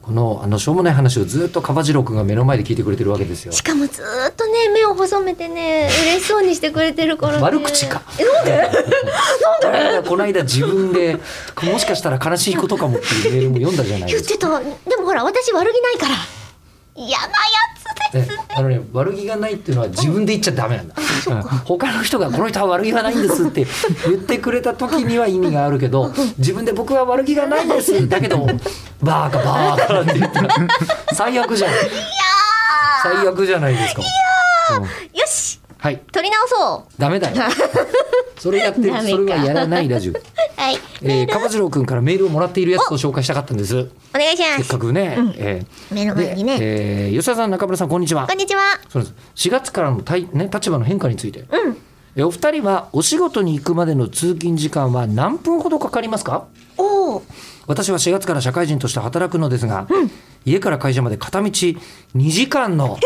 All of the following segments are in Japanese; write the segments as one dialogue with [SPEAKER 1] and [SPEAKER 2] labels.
[SPEAKER 1] このあのしょうもない話をずっと川次郎君が目の前で聞いてくれてるわけですよ
[SPEAKER 2] しかもずーっとね目を細めてね嬉しそうにしてくれてるから、ね、
[SPEAKER 1] 悪口か
[SPEAKER 2] えなんで
[SPEAKER 1] なんでこの間自分でもしかしたら悲しいことかもっていうメールも読んだじゃない
[SPEAKER 2] 言
[SPEAKER 1] で
[SPEAKER 2] っ
[SPEAKER 1] すか
[SPEAKER 2] てたでもほら私悪気ないから嫌なやつで
[SPEAKER 1] ね
[SPEAKER 2] す、
[SPEAKER 1] あのね悪気がないっていうのは自分で言っちゃダメなんだ、うん他の人が「この人は悪気はないんです」って言ってくれた時には意味があるけど自分で「僕は悪気がないんです」だけど「バーカバーカ」って言ったら最悪じゃん最悪じゃないですかうん
[SPEAKER 2] よし
[SPEAKER 1] はい
[SPEAKER 2] 取り直そ
[SPEAKER 1] ダメだよそれやってる
[SPEAKER 2] ダメか
[SPEAKER 1] それはやらないラジオ
[SPEAKER 2] う はい
[SPEAKER 1] えー、かばじろうくんからメールをもらっているやつを紹介したかったんです
[SPEAKER 2] お願いし
[SPEAKER 1] せ
[SPEAKER 2] ま
[SPEAKER 1] っ
[SPEAKER 2] す
[SPEAKER 1] かくね、え
[SPEAKER 2] 目の
[SPEAKER 1] ー
[SPEAKER 2] 前にね、
[SPEAKER 1] でえー吉田さん中村さんこんにちは
[SPEAKER 2] こんにちは
[SPEAKER 1] そうです4月からのたい、ね、立場の変化について、えお二人はお仕事に行くまでの通勤時間は何分ほどかかりますか
[SPEAKER 2] おお
[SPEAKER 1] 私は4月から社会人として働くのですが、家から会社まで片道2時間 の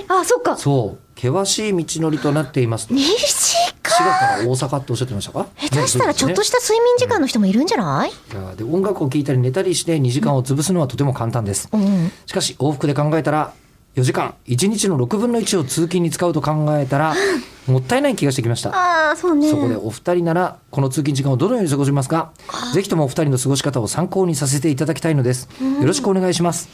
[SPEAKER 2] えあそっか
[SPEAKER 1] そう険しい道のりとなっています
[SPEAKER 2] 2
[SPEAKER 1] 滋
[SPEAKER 2] 時間
[SPEAKER 1] 賀から大阪っておっしゃってましたか
[SPEAKER 2] 下手したらちょっと
[SPEAKER 1] し
[SPEAKER 2] した睡眠時間の人もいるんじゃない、
[SPEAKER 1] いやーで音楽を聴いたり寝たりして2時間を潰すのはとても簡単です、
[SPEAKER 2] うん
[SPEAKER 1] しかし往復で考えたら4時間1日の6分の1を通勤に使うと考えたらもったいない気がしてきました
[SPEAKER 2] ああそうね
[SPEAKER 1] そこでお二人ならこの通勤時間をどのように過ごしますかぜひともお二人の過ごし方を参考にさせていただきたいのですよろしくお願いします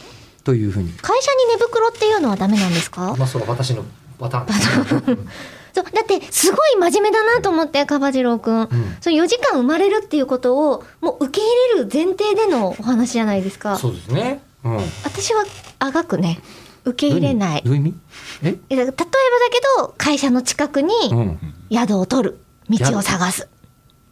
[SPEAKER 1] というふうに
[SPEAKER 2] 会社に寝袋っていうのはダメなんですか
[SPEAKER 1] まあそれは私のパターン
[SPEAKER 2] そうだってすごい真面目だなと思ってかばじろうくん、その4時間生まれるっていうことをもう受け入れる前提でのお話じゃないですか
[SPEAKER 1] そうですねうん
[SPEAKER 2] 私はあがくね受け入れない
[SPEAKER 1] どういう意味え
[SPEAKER 2] いや例えばだけど会社の近くに
[SPEAKER 1] うん
[SPEAKER 2] 宿を取る道を探す、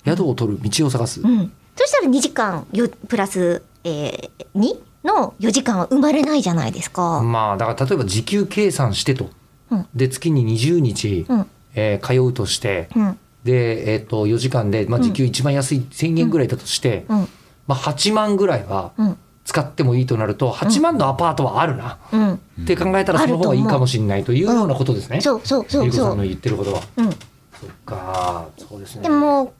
[SPEAKER 1] 宿を取る道を探す
[SPEAKER 2] うん、そしたら2時間よプラス、えー、2の4時間は生まれないじゃないですか、
[SPEAKER 1] まあだから例えば時給計算してと、
[SPEAKER 2] うん
[SPEAKER 1] で月に20日、
[SPEAKER 2] うん
[SPEAKER 1] えー通うとして、
[SPEAKER 2] うん
[SPEAKER 1] で、えー、と4時間で、まあ、時給一番安い1,000円ぐらいだとして、
[SPEAKER 2] うん
[SPEAKER 1] まあ、8万ぐらいは
[SPEAKER 2] うん
[SPEAKER 1] 使ってもいいとなると8万のアパートはあるな、
[SPEAKER 2] うん
[SPEAKER 1] って考えたらその方がいいかもしれないというようなことですね。
[SPEAKER 2] そうそうそ
[SPEAKER 1] ゆ
[SPEAKER 2] う
[SPEAKER 1] うこ
[SPEAKER 2] そ
[SPEAKER 1] さんの
[SPEAKER 2] う、
[SPEAKER 1] 言ってることは。
[SPEAKER 2] うん、
[SPEAKER 1] そっかそうですね。
[SPEAKER 2] でも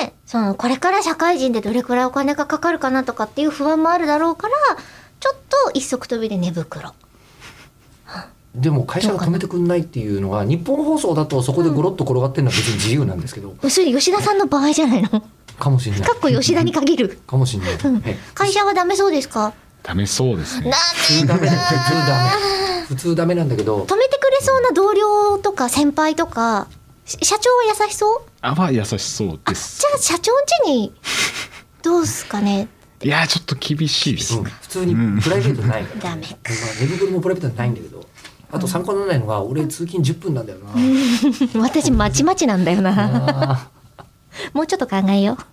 [SPEAKER 2] ねそのこれから社会人でどれくらいお金がかかるかなとかっていう不安もあるだろうからちょっと一足飛びで寝袋
[SPEAKER 1] でも会社が止めてくんないっていうのは日本放送だとそこでゴロッと転がってるのは別に自由なんですけど、
[SPEAKER 2] それ吉田さんの場合じゃないのか
[SPEAKER 1] かもしれない
[SPEAKER 2] っこ吉田に限る
[SPEAKER 1] かもしれない。え
[SPEAKER 2] 会社はダメそうですか
[SPEAKER 3] ダメそうですね
[SPEAKER 2] ダ
[SPEAKER 1] 普通ダメだ普通ダメ普通ダメなんだけど
[SPEAKER 2] 止めてくれそうな同僚とか先輩とかし社長は優しそう
[SPEAKER 3] あまあ優しそう
[SPEAKER 2] じ
[SPEAKER 3] です
[SPEAKER 2] ゃあ社長ん家にどうす かね
[SPEAKER 3] いやーちょっと厳しいです
[SPEAKER 1] うん普通にプライベートないから、
[SPEAKER 2] ダメ
[SPEAKER 1] まあ寝袋もプライベートないんだけどあと参考にならないのが俺通勤10分 なんだよな、
[SPEAKER 2] 私まちまちなんだよな
[SPEAKER 1] あ
[SPEAKER 2] もうちょっと考えよう